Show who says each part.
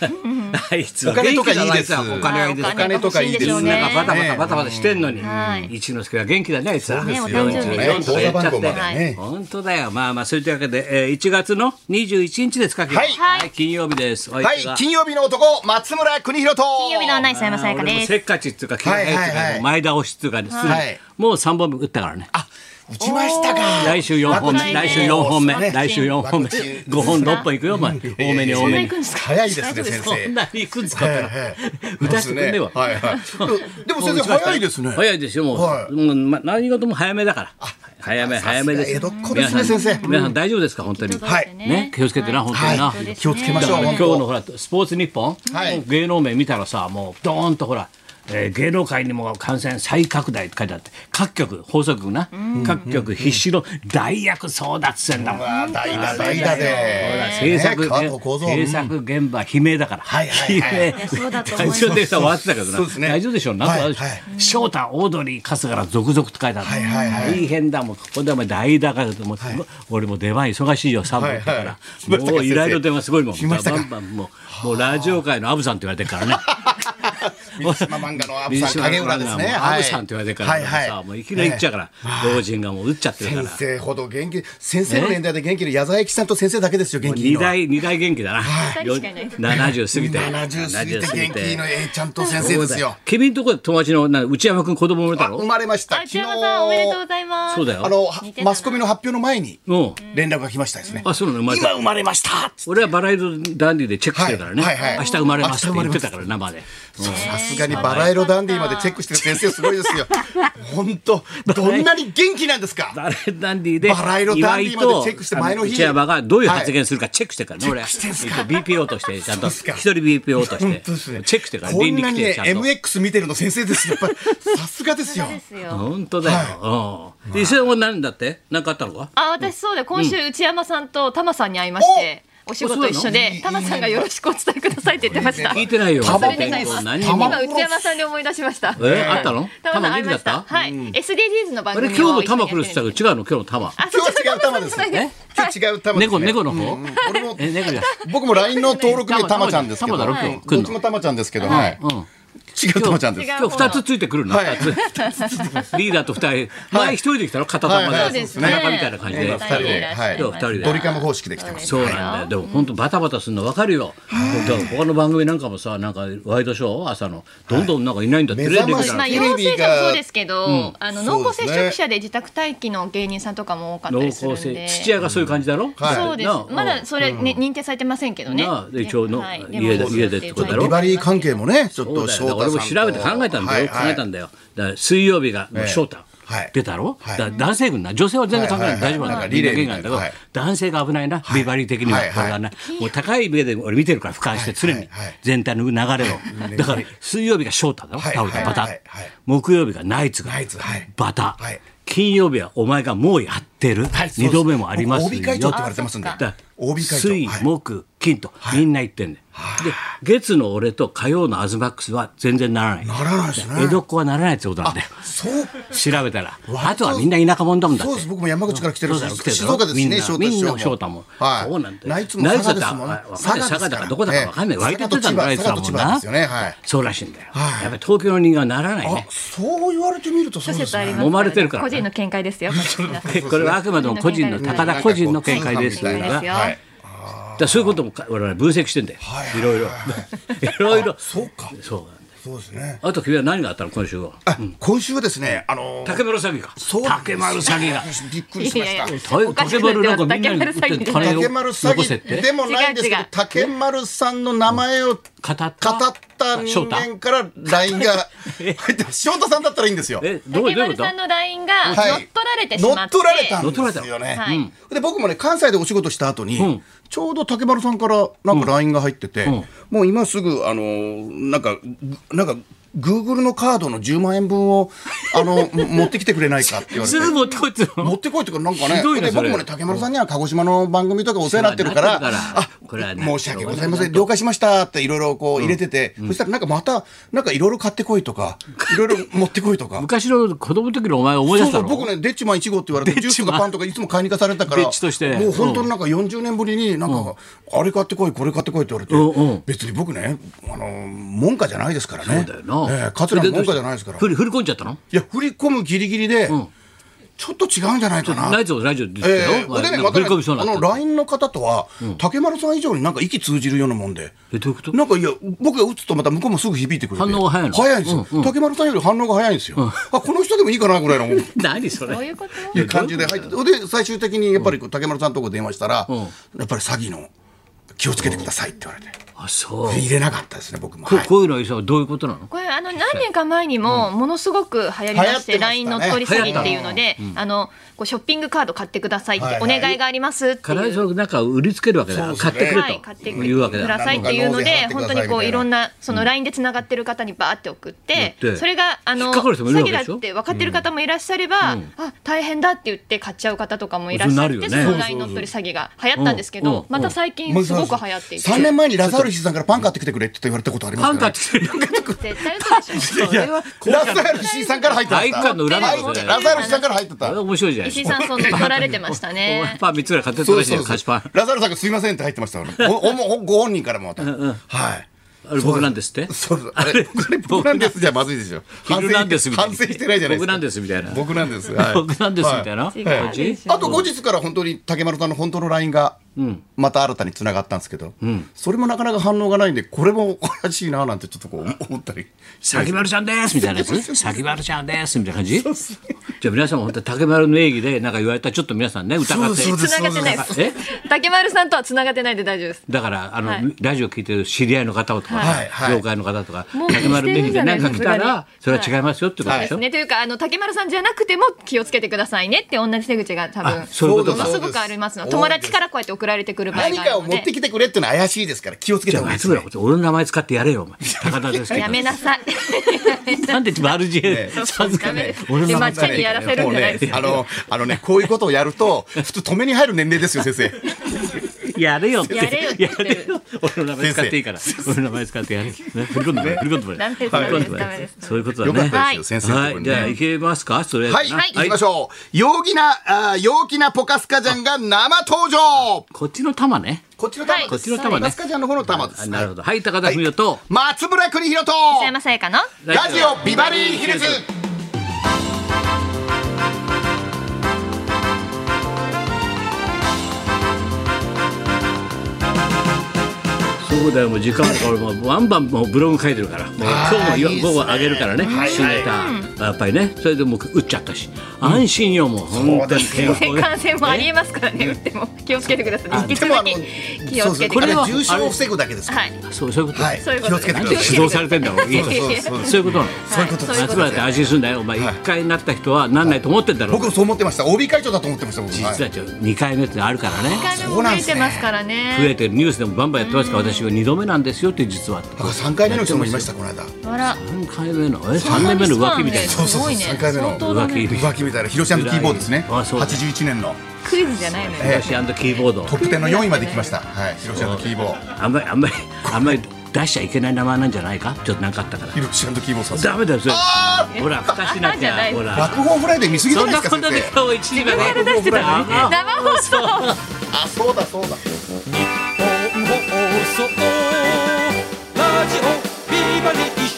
Speaker 1: あいつは
Speaker 2: お金とかいい
Speaker 1: 元気だなあ
Speaker 2: で
Speaker 1: いつ
Speaker 2: す
Speaker 1: はお金はいいです
Speaker 2: お金とかいいです
Speaker 1: みんながバタバタバタバタしてんのに、
Speaker 3: はい
Speaker 1: 一之輔は元気だねあいつは。
Speaker 3: そうですよねお誕生日ね
Speaker 1: 44とか言っちゃって
Speaker 2: 口座番号までね
Speaker 1: 本当だよ。まあまあそういったわけで、えー、1月の21日ですか。今日
Speaker 2: はい
Speaker 1: はい。金曜日です。は
Speaker 2: はい、金曜日の男、松村邦弘と。
Speaker 3: 金曜日の案内さやまさやか
Speaker 1: 俺も
Speaker 3: です。
Speaker 1: せっかちっていうか気が早いっていう
Speaker 2: はいはいは
Speaker 1: か
Speaker 2: い
Speaker 1: 前倒しっていうかね、する
Speaker 2: はい
Speaker 1: もう三本目打ったからね。
Speaker 2: あ、打ちましたか。
Speaker 1: 来週四本目、
Speaker 3: 若
Speaker 1: 来
Speaker 3: いね
Speaker 1: 週四本目、
Speaker 3: そうね
Speaker 1: 来週四本目
Speaker 2: ワクチン、
Speaker 1: 五本六本いくよ、お前。多めに多
Speaker 3: そんな
Speaker 1: めに
Speaker 3: 行く。んですか。
Speaker 2: 早いですね、先
Speaker 1: そん
Speaker 2: 生。
Speaker 1: なに行くんですか。 打たせてくんねえわ。
Speaker 2: はいはい。でも先生早いですね。
Speaker 1: 早いですよもう、
Speaker 2: はい
Speaker 1: もうま何事も早めだから。早め早めです。
Speaker 2: 江戸っ子ですね
Speaker 1: 皆さん
Speaker 2: 先生
Speaker 1: 皆さん大丈夫ですか本当に。
Speaker 2: はい
Speaker 3: そうです
Speaker 1: ね気をつけてな本当にな。
Speaker 2: はい、気をつけま
Speaker 1: だ
Speaker 2: しょう
Speaker 1: から。今
Speaker 2: 本
Speaker 1: 日
Speaker 2: 当
Speaker 1: のほらスポーツニッポン、
Speaker 2: はい
Speaker 1: 芸能面見たらさもうドーンとほら、えー芸能界にも感染再拡大って書いてあって各局放送局な各局必死の大役争奪戦だもん。
Speaker 2: あー代打代打で。
Speaker 1: 制作、
Speaker 2: ね
Speaker 1: ね
Speaker 2: 加藤浩三
Speaker 1: 制作現場悲鳴だから、
Speaker 2: はいはいは
Speaker 1: 悲
Speaker 2: い
Speaker 1: 鳴
Speaker 3: いやそうだと思
Speaker 1: 大
Speaker 3: います
Speaker 1: 丈夫でした終わってたけど
Speaker 2: そうで
Speaker 1: な、
Speaker 2: すね
Speaker 1: 大丈夫でしょうなんとかあるでしょ、
Speaker 2: はいは
Speaker 1: 翔太オードリー春日ら続々と書いてある、
Speaker 2: はいはいはい
Speaker 1: 大変だもんここでお前代打がもう、俺もう出番忙しいよ3本だから、
Speaker 2: はいはい
Speaker 1: もう依頼の電話すごいもん
Speaker 2: しましたか
Speaker 1: バンバンもうもうラジオ界のアブさんって言われてるから ね
Speaker 2: 水島漫画のアブ
Speaker 1: 水
Speaker 2: さん
Speaker 1: 島
Speaker 2: 影浦ですね。
Speaker 1: アブさんって言われてるからさ、
Speaker 2: はいはい
Speaker 1: もういきなり行っちゃうから、老人がもう打っちゃってるか
Speaker 2: 先
Speaker 1: ら
Speaker 2: 生ほど元気、先生の年代で元気で矢沢永吉さんと先生だけですよ元気いい
Speaker 1: 二
Speaker 2: のは。
Speaker 1: 大二大元気だな。
Speaker 3: 二人しかいない
Speaker 1: 七十過ぎて。
Speaker 2: 七十過ぎ
Speaker 1: 70
Speaker 2: て元気の A ちゃんと先生ですよ。
Speaker 1: 君んとこで友達のな内山君子供生まれた
Speaker 2: あ生
Speaker 1: ろ。
Speaker 2: まれました。
Speaker 3: あ、
Speaker 2: 昨日
Speaker 3: 内山さんおめでとうございます。
Speaker 1: そうだよ。
Speaker 2: あの
Speaker 3: 似てたな
Speaker 2: マスコミの発表の前に
Speaker 1: うん。
Speaker 2: 連絡が来ましたですね。
Speaker 1: あそうなの生まれた
Speaker 2: 今生まれました。
Speaker 1: 俺はバラエティダンディでチェックしてるからね。
Speaker 2: はいはいはい
Speaker 1: 明日生まれますって言ってたから生で。
Speaker 2: さすがにバラ色ダンディまでチェックしてる先生すご いですよ。本当どんなに元気なんですか。
Speaker 1: バラエティダンディで
Speaker 2: バラ色ダンディまでチェックして前の日
Speaker 1: 内山がどういう発言するかチェックしてるからね。俺
Speaker 2: チェックしてんすか
Speaker 1: BPO としてちゃんと
Speaker 2: そうっすか
Speaker 1: 一人 BPO として
Speaker 2: 本当ですね。
Speaker 1: チェックしてるから
Speaker 2: こ
Speaker 1: 倫
Speaker 2: ん
Speaker 1: 理
Speaker 2: な
Speaker 1: 規
Speaker 2: に
Speaker 1: 定
Speaker 2: ね
Speaker 1: ちゃんと。
Speaker 2: MX 見てるの先生ですよ。やっぱりさすが ですよ。
Speaker 3: ですよ。
Speaker 1: 本当だよ。うん。で伊勢も何だって何かあったのか。
Speaker 3: あ、私そうだ。今週内山さんと玉さんに会いまして、お仕事一緒
Speaker 2: おそう
Speaker 3: で
Speaker 2: なの
Speaker 3: 玉さんがよろしくお伝えくださいって言ってました。
Speaker 1: 聞いてないよ。
Speaker 2: タバコ
Speaker 3: 忘れてないです。
Speaker 1: 何にも
Speaker 2: タバコ
Speaker 3: 今内山さんで思い出しました。
Speaker 1: えあったの
Speaker 3: 玉さん会いま
Speaker 1: 玉元気
Speaker 3: した。
Speaker 1: だった
Speaker 3: はい。SDGs の番
Speaker 1: あれ
Speaker 3: 組を
Speaker 1: 今日も玉来る
Speaker 3: 一
Speaker 1: って
Speaker 3: 緒
Speaker 1: 言
Speaker 3: に
Speaker 1: ってたけど違うの今日の玉。
Speaker 3: やってるん
Speaker 2: 今日違う玉です
Speaker 3: です。あ、そっちの玉さんじゃない
Speaker 2: ね
Speaker 3: です。。
Speaker 2: 今日違う玉です
Speaker 1: 猫
Speaker 2: ね。
Speaker 1: 猫の方
Speaker 2: うん俺も
Speaker 1: え猫じゃん。
Speaker 2: 僕も LINE の登録名玉ちゃんですけど。
Speaker 1: 玉だろ
Speaker 2: は
Speaker 1: 来んの
Speaker 2: いどっちも玉ちゃんですけど。はい。違う玉ちゃんです。
Speaker 1: 今日二つついてくるな。
Speaker 2: はい
Speaker 1: 二つリーダーと二人。前一人で来たの片玉
Speaker 2: はいはい
Speaker 3: そう
Speaker 1: で。
Speaker 3: です
Speaker 1: 田
Speaker 3: ね
Speaker 1: 中みたいな感じで
Speaker 2: 今。二人で。は
Speaker 1: 今日二人
Speaker 2: い。
Speaker 1: で
Speaker 2: ドリカム方式で来てます。
Speaker 1: そうなんだよ。でも本当バタバタするの分かるよ。だから他の番組なんかもさ、なんかワイドショー朝のどんどんなんかいないんだってね。
Speaker 2: 目覚ま
Speaker 1: レギュ
Speaker 2: し
Speaker 3: ま
Speaker 1: ラ
Speaker 3: あ、
Speaker 1: ー
Speaker 3: 陽性者もそうですけど、あの濃厚
Speaker 2: そう
Speaker 3: 接
Speaker 2: ですね
Speaker 3: 触者で自宅待機の芸人さんとかも多かった
Speaker 1: 濃
Speaker 3: りするん
Speaker 1: 厚
Speaker 3: で、
Speaker 1: 性父親がそういう感じだろ。
Speaker 2: はい
Speaker 3: そうです
Speaker 1: なあ
Speaker 3: まだそれ、ね、認定されてませんけどね
Speaker 1: なあで一応の
Speaker 3: はい
Speaker 1: 家で
Speaker 3: も
Speaker 1: 家でってことだろ
Speaker 2: リバリー関係もね、ちょっ
Speaker 1: そう
Speaker 2: と
Speaker 1: だよ
Speaker 2: 翔
Speaker 1: だから俺
Speaker 2: 太さん
Speaker 1: も
Speaker 2: と
Speaker 1: 調べて考えたんだよ、
Speaker 2: はい
Speaker 1: 考えたんだよだから水曜日がもう翔太、
Speaker 2: はい
Speaker 1: 出たろ、
Speaker 2: はい
Speaker 1: だから男性軍な女性は全然考えない、
Speaker 2: はいはいはい
Speaker 1: 大丈夫なん
Speaker 2: な
Speaker 1: だ
Speaker 2: んかリレー
Speaker 1: み
Speaker 2: み
Speaker 1: んな
Speaker 2: たい
Speaker 1: 元気なんだ
Speaker 2: な
Speaker 1: けど、
Speaker 2: はい
Speaker 1: 男性が危ないな、ビバリー的には
Speaker 2: はい
Speaker 1: これはね、もう高い目で俺見てるから俯瞰して常
Speaker 2: は
Speaker 1: に
Speaker 2: いはい
Speaker 1: 全体の流れを、だから水曜日が翔太だろ、
Speaker 2: はい
Speaker 1: タオルがバタ、
Speaker 2: はいはい
Speaker 1: 木曜日がナイツが
Speaker 2: ナイツはい
Speaker 1: バタ、
Speaker 2: はい
Speaker 1: 金曜日はお前がもうやってる、
Speaker 2: はい
Speaker 1: 二度目もありますよ
Speaker 2: 僕 OB 会長って言われてますんで
Speaker 3: あそっ
Speaker 1: だ
Speaker 2: OB 会長
Speaker 1: 水
Speaker 2: はい
Speaker 1: 木金とみんな言ってんね、で月の俺と火曜のアズマックスは全然ならない
Speaker 2: ならないですね
Speaker 1: 江戸っ子はならないってことなんだよ
Speaker 2: そう
Speaker 1: 調べたら
Speaker 2: 割と
Speaker 1: あとはみんな田舎者だもんだって
Speaker 2: そうです僕も山口から来てる
Speaker 1: そう
Speaker 2: し
Speaker 1: だよ来てる
Speaker 2: 静岡です
Speaker 1: みん
Speaker 2: ね
Speaker 1: な
Speaker 2: 翔太
Speaker 1: みんな翔
Speaker 2: 師匠
Speaker 1: 太も、
Speaker 2: はい
Speaker 1: そうなんだよ
Speaker 2: ナイツも佐賀ですもん
Speaker 1: ナイツだってあ
Speaker 2: 佐賀ですか
Speaker 1: 佐
Speaker 2: ら
Speaker 1: 賀だかどこだかわかんない、
Speaker 2: ええ
Speaker 1: 湧いてたんだナイツだもん
Speaker 2: 佐賀と千葉
Speaker 1: な、
Speaker 2: ですよねはい
Speaker 1: そうらしいんだよ、
Speaker 2: はい
Speaker 1: やっぱり東京の人間はならない
Speaker 2: あ
Speaker 1: ね
Speaker 2: そう言われてみるとそう
Speaker 3: 諸
Speaker 2: です
Speaker 3: 説あり
Speaker 2: ね
Speaker 3: ます
Speaker 1: 揉まれてるからね
Speaker 3: 個人の見解 ですよ
Speaker 1: でこれはあくまでも個人の高田個人の見解ですか
Speaker 2: な
Speaker 1: ら
Speaker 2: んかこう
Speaker 3: ですよ
Speaker 2: はい
Speaker 1: だからそういうこともか我々分析してんだよ、いろいろいろい ろ
Speaker 2: そうか
Speaker 1: そうなんだよ
Speaker 2: そうですね
Speaker 1: あと君は何があったの今週は
Speaker 2: あ今週はですねあの
Speaker 1: 竹丸詐欺か
Speaker 2: そうです
Speaker 1: 竹丸詐欺が
Speaker 2: びっくりしました
Speaker 1: 竹竹丸なんかみんなに売ってる金を
Speaker 2: 竹丸詐
Speaker 1: 残せって
Speaker 2: 欺でもないんですけ
Speaker 3: 違う違
Speaker 2: ど
Speaker 3: う
Speaker 2: 竹丸さんの名前を語
Speaker 1: 語った
Speaker 2: った
Speaker 1: 翔
Speaker 2: 人
Speaker 1: 太
Speaker 2: 間から LINE が入ってます翔太さんだったらいいんですよ
Speaker 1: えどう
Speaker 3: 竹
Speaker 1: どういうこ
Speaker 3: 丸
Speaker 1: と
Speaker 3: さんの LINE が乗っ取
Speaker 2: はい
Speaker 3: られてしまって、
Speaker 2: 乗っ取られた
Speaker 1: 乗っ取ら
Speaker 2: ん
Speaker 1: れた
Speaker 2: ですよね、
Speaker 3: はいうん
Speaker 2: で僕もね関西でお仕事した後に、
Speaker 1: ん
Speaker 2: ちょうど竹丸さんからなんか LINE が入ってて、
Speaker 1: ん
Speaker 2: もう今すぐあのーなんかなんかグーグルのカードの10万円分を あの持ってきてくれないかって言われて
Speaker 1: す。ぐ持ってこいって言うの
Speaker 2: 持ってこいってことなんかね
Speaker 1: ひどいね
Speaker 2: で
Speaker 1: それ
Speaker 2: 僕もね竹村さんには鹿児島の番組とかお世話になってるから
Speaker 1: お世話になってるから
Speaker 2: あ
Speaker 1: これはね
Speaker 2: 申し訳ございません
Speaker 1: ど
Speaker 2: 了解しましたっていろいろこう入れてて、そしたらなんかまたなんかいろいろ買ってこい とかいろいろ持ってこいとか
Speaker 1: 昔の子供の時のお前を思い出
Speaker 2: そ
Speaker 1: し
Speaker 2: うそ
Speaker 1: た
Speaker 2: う
Speaker 1: の
Speaker 2: 僕ねデッチマン1号って言われ
Speaker 1: デ
Speaker 2: てジ
Speaker 1: ッ
Speaker 2: ュー
Speaker 1: チ
Speaker 2: ス
Speaker 1: マン
Speaker 2: とかパンとかいつも買いに行かされてたから
Speaker 1: デッチとして
Speaker 2: もう本当になんか40年ぶりになんか、あれ買ってこいこれ買ってこいって言われて、
Speaker 1: うんうん
Speaker 2: 別に僕ねあの門下じゃないですからね
Speaker 1: そうだよな、
Speaker 2: ええ桂の門下じゃないですから
Speaker 1: 振り振り込んじゃったの
Speaker 2: いや振り込むギリギリで、
Speaker 1: ん
Speaker 2: ちょっと違うんじゃないかな
Speaker 1: ラジオラジオで言ってた
Speaker 2: ええ
Speaker 1: よ、まあ
Speaker 2: で
Speaker 1: な
Speaker 2: ね、
Speaker 1: んか
Speaker 2: ま
Speaker 1: 振
Speaker 2: た
Speaker 1: り
Speaker 2: ね、
Speaker 1: 込みそうに
Speaker 2: あ
Speaker 1: な
Speaker 2: の
Speaker 1: った
Speaker 2: LINE の方とは、竹丸さん以上になんか息通じるようなもんで、
Speaker 1: えどういうこと
Speaker 2: なんかいや、僕が打つとまた向こうもすぐ響いてくれて、
Speaker 1: 反応が早いの
Speaker 2: 早いんですよ、
Speaker 1: うんうん
Speaker 2: 竹丸さんより反応が早いんですよ、あこの人でもいいかなぐら いのい
Speaker 1: 何それ
Speaker 3: どういうこと
Speaker 2: う感じで入って、で、最終的にやっぱりこう竹丸さんのとこ電話したら、
Speaker 1: ん
Speaker 2: やっぱり詐欺の気をつけてくださいって言われて、
Speaker 1: あそう
Speaker 2: 入れなかったですね、僕も。
Speaker 1: こ
Speaker 2: はい
Speaker 1: こういうのさどういうことなの
Speaker 3: これあの何年か前にもものすごく流行りまし
Speaker 2: 流行ってましたね
Speaker 3: て、LINE 乗っ取り詐欺っていうので、あのこうショッピングカード買ってくださいって、
Speaker 2: はい
Speaker 3: お
Speaker 2: はい
Speaker 3: 願いがありますって
Speaker 1: 必
Speaker 3: いう
Speaker 1: ずその中を売りつけるわけだから、
Speaker 2: そ
Speaker 1: 買
Speaker 2: う
Speaker 1: っ
Speaker 2: で
Speaker 1: て
Speaker 2: すね
Speaker 1: くれ
Speaker 3: はい、買って
Speaker 1: と
Speaker 3: く
Speaker 1: いうわけだ
Speaker 3: ださいっていうので
Speaker 2: なんか納税払ってくださいみたいな
Speaker 3: 本当にこういろんなその LINE でつながってる方にバーって送って、
Speaker 1: うん
Speaker 3: それがあ
Speaker 1: 引っ
Speaker 3: の
Speaker 1: かかる人
Speaker 3: 詐
Speaker 1: もいるわけ
Speaker 3: 欺
Speaker 1: でしょ
Speaker 3: だって分かってる方もいらっしゃれば、あ大変だって言って買っちゃう方とかもいらっしゃって
Speaker 1: そう
Speaker 3: そ,、
Speaker 1: なるよね
Speaker 3: の LINE 乗っ取り詐欺が流行ったんですけ
Speaker 1: うんうん
Speaker 3: ど、
Speaker 1: うん
Speaker 3: また最近すごく流行っていて、
Speaker 2: 3年前にラサール氏さんからパン買ってきてくれって言われたことあります
Speaker 1: パ
Speaker 2: か
Speaker 1: ン
Speaker 2: ら
Speaker 1: 買ってきてる
Speaker 3: 絶対嘘でし ょ
Speaker 2: いや、ラサール氏さんから入ってま
Speaker 1: 体
Speaker 2: し
Speaker 1: 育
Speaker 2: た。
Speaker 1: 館の裏な
Speaker 2: ラ
Speaker 1: んだ
Speaker 2: サ
Speaker 1: それ
Speaker 2: ール氏さんから入ってた。
Speaker 1: 面白いじゃない
Speaker 3: 石
Speaker 1: で
Speaker 3: 井
Speaker 1: すか
Speaker 3: さんその取られてました
Speaker 1: お前
Speaker 3: ね
Speaker 1: パン3つぐらい買ってった
Speaker 2: そう
Speaker 1: らしい
Speaker 2: そ
Speaker 1: よ
Speaker 2: うそ
Speaker 1: 菓
Speaker 2: う
Speaker 1: 子パン
Speaker 2: ラザルさんがすいませんって入ってました俺 おおもおご本人からもまた、はい
Speaker 1: あれ僕なんですって
Speaker 2: そうですあれ僕ね僕なんですじゃまずいでしょ反省
Speaker 1: 昼なんですみたい
Speaker 2: 反
Speaker 1: な
Speaker 2: 省してないじゃないで
Speaker 1: 僕
Speaker 2: すか
Speaker 1: なんですみたいな
Speaker 2: 僕なんです、はい
Speaker 1: 僕なんですみたいな
Speaker 2: は
Speaker 1: こ
Speaker 3: 違
Speaker 1: っ
Speaker 3: う
Speaker 1: ち
Speaker 3: でしょ
Speaker 2: あと後日から本当に竹丸さんの本当の LINE がまた新たにつながったんですけど、それもなかなか反応がないんでこれもおかしいななんてちょっとこう思ったり
Speaker 1: さきまるちゃんですみたいなやつさきまるちゃんですみたいな感じじゃあ皆さんも本当に竹丸の演技でなんか言われたらちょっと皆さんね疑って
Speaker 2: そうです
Speaker 3: 繋がってないで
Speaker 1: え
Speaker 3: す 竹丸さんとは繋がってないで大丈夫です
Speaker 1: だからあの、
Speaker 3: はい
Speaker 1: ラジオ聞いてる知り合いの方とか、
Speaker 2: はいはい
Speaker 1: 業界の方とか
Speaker 3: もう
Speaker 1: 竹丸ネギで何か来た
Speaker 3: してるじゃない
Speaker 1: らそれは違いますよってことで
Speaker 3: で
Speaker 1: し
Speaker 3: す
Speaker 1: ょ、
Speaker 3: ねというかあの竹丸さんじゃなくても気をつけてくださいねって同じ手口が多
Speaker 1: あ
Speaker 3: 分
Speaker 1: そういうこと
Speaker 3: も
Speaker 1: か
Speaker 3: のすごくありますの友達からこうやって送られてくる場合
Speaker 2: 何
Speaker 3: がある
Speaker 2: かを
Speaker 3: の
Speaker 2: 持って
Speaker 3: で
Speaker 2: きてくれってのは怪しいですから気をつけ
Speaker 1: じ
Speaker 2: た
Speaker 1: ゃあ
Speaker 2: 方が
Speaker 1: あ
Speaker 2: いい
Speaker 1: い
Speaker 2: で
Speaker 1: つ
Speaker 2: す、
Speaker 1: ぐ
Speaker 2: ね
Speaker 1: ら、俺の名前使ってやれよお前高田ですけど
Speaker 3: やめな さい
Speaker 1: なんで丸字でさずか
Speaker 3: ダメ
Speaker 1: ね
Speaker 3: です
Speaker 1: 俺の
Speaker 3: で
Speaker 1: 名
Speaker 3: ま
Speaker 1: 前
Speaker 3: っちゃんにやらせるんじゃないですか
Speaker 2: もうねあの、あのね、こういうことをやると、普通止めに入る年齢ですよ、先生。
Speaker 1: やれよって
Speaker 3: やれよって言ってる
Speaker 1: やれよ俺の名前使っていいから俺の名前使ってやれ、ね、振り込んでもらえ振り込んでもらえ
Speaker 3: ダメです
Speaker 1: 振り込んでも
Speaker 3: ダ
Speaker 1: ら
Speaker 3: メ
Speaker 1: え
Speaker 3: です
Speaker 1: そういうことだ
Speaker 2: よかっ
Speaker 1: ね
Speaker 2: た
Speaker 3: は
Speaker 2: で
Speaker 3: い
Speaker 2: すよ、先生のと
Speaker 1: は
Speaker 2: こ
Speaker 1: い
Speaker 2: ろに
Speaker 1: じ
Speaker 2: ね
Speaker 1: ゃあ行けますかそれ
Speaker 2: はい、
Speaker 1: な
Speaker 2: 行きましょう。陽気な、あー陽気なポカスカジャンが生登場
Speaker 1: こっちの玉ね
Speaker 2: こっちの
Speaker 3: 玉はい
Speaker 1: こっちの玉ね
Speaker 2: ポカスカジャンの方の玉で
Speaker 1: あ
Speaker 2: す。
Speaker 1: なるほどはい高田文夫と
Speaker 2: 松村邦弘と、
Speaker 3: 北山さやかの
Speaker 2: ラジオビバリーヒルズ。
Speaker 1: そうだよもう時間も俺もうワンバンもうブログ書いてるからもう今
Speaker 2: あー
Speaker 1: 日も
Speaker 2: いい
Speaker 1: よ
Speaker 2: ですね
Speaker 1: 午後あげるからね
Speaker 2: はい
Speaker 1: 新型やっぱりねそれでもう打っちゃったし安心よもう本当に
Speaker 2: そうですよ
Speaker 1: 健康
Speaker 3: 感染もありえますからね 打っても気をつけてください引き
Speaker 2: でもあ
Speaker 3: 続
Speaker 2: の
Speaker 3: き気をつけて
Speaker 2: こ
Speaker 3: くだ
Speaker 2: れ
Speaker 3: さい
Speaker 2: は
Speaker 1: は
Speaker 2: 重症を防ぐだけですから。
Speaker 3: はい
Speaker 1: そうそういうこと
Speaker 2: はい、
Speaker 3: そういうこ
Speaker 2: 気
Speaker 3: と
Speaker 2: をつけて
Speaker 1: なん
Speaker 2: く
Speaker 1: で
Speaker 2: だ
Speaker 3: 気をつけ
Speaker 2: さい。
Speaker 1: 指導されてんだろう
Speaker 3: そうですそうです
Speaker 2: そうです
Speaker 1: そういうことなの
Speaker 2: そういうことで
Speaker 3: はい
Speaker 2: す。
Speaker 1: 松村って安心するんだよお前
Speaker 2: はい
Speaker 1: 1回なった人はなんないと思ってんだろう
Speaker 2: 僕もそう思ってました。OB 会長だと思ってました。僕
Speaker 1: 実
Speaker 2: は
Speaker 1: はい2回目ってあるからね
Speaker 3: 一回目
Speaker 2: そう
Speaker 3: も
Speaker 2: なんで
Speaker 3: 増え
Speaker 2: すね
Speaker 3: てますから
Speaker 1: 増え
Speaker 3: ね
Speaker 1: てるニュースでもバンバンやってますから私は2度目なんですよって実は
Speaker 2: だから3回目の人もいました、この間。
Speaker 3: あら
Speaker 1: 3回目のえ3年目の浮気みたいな
Speaker 2: そうそうそう
Speaker 3: すごいね
Speaker 2: 三回目の
Speaker 3: 相当だね
Speaker 1: 浮気
Speaker 2: 浮気みたいな、広島のキーボードですね。
Speaker 1: あそうだ
Speaker 2: 81年の
Speaker 3: クイズじゃないのよ
Speaker 2: え
Speaker 1: 私キーボード
Speaker 2: トップ10の4位まで行きました。はい、広島のキーボー。
Speaker 1: あんまりあんまりあんまり出しちゃいけない名前なんじゃないかちょっとなんかあったから
Speaker 2: 広島のキーボーさん。
Speaker 1: ダメだよそれほら蓋しなき
Speaker 3: じゃな
Speaker 1: ゃ
Speaker 3: い
Speaker 1: ほら
Speaker 2: 落語フライデー見過ぎじゃ
Speaker 1: そ
Speaker 2: なんいで
Speaker 1: なこ
Speaker 2: すか
Speaker 1: んな
Speaker 2: 先
Speaker 1: で
Speaker 2: 生
Speaker 1: 今日一時まで
Speaker 3: 自分から出してたのに
Speaker 1: あ
Speaker 3: 生放送
Speaker 2: あそうだそうだ
Speaker 4: 日本放送ラジオビバリー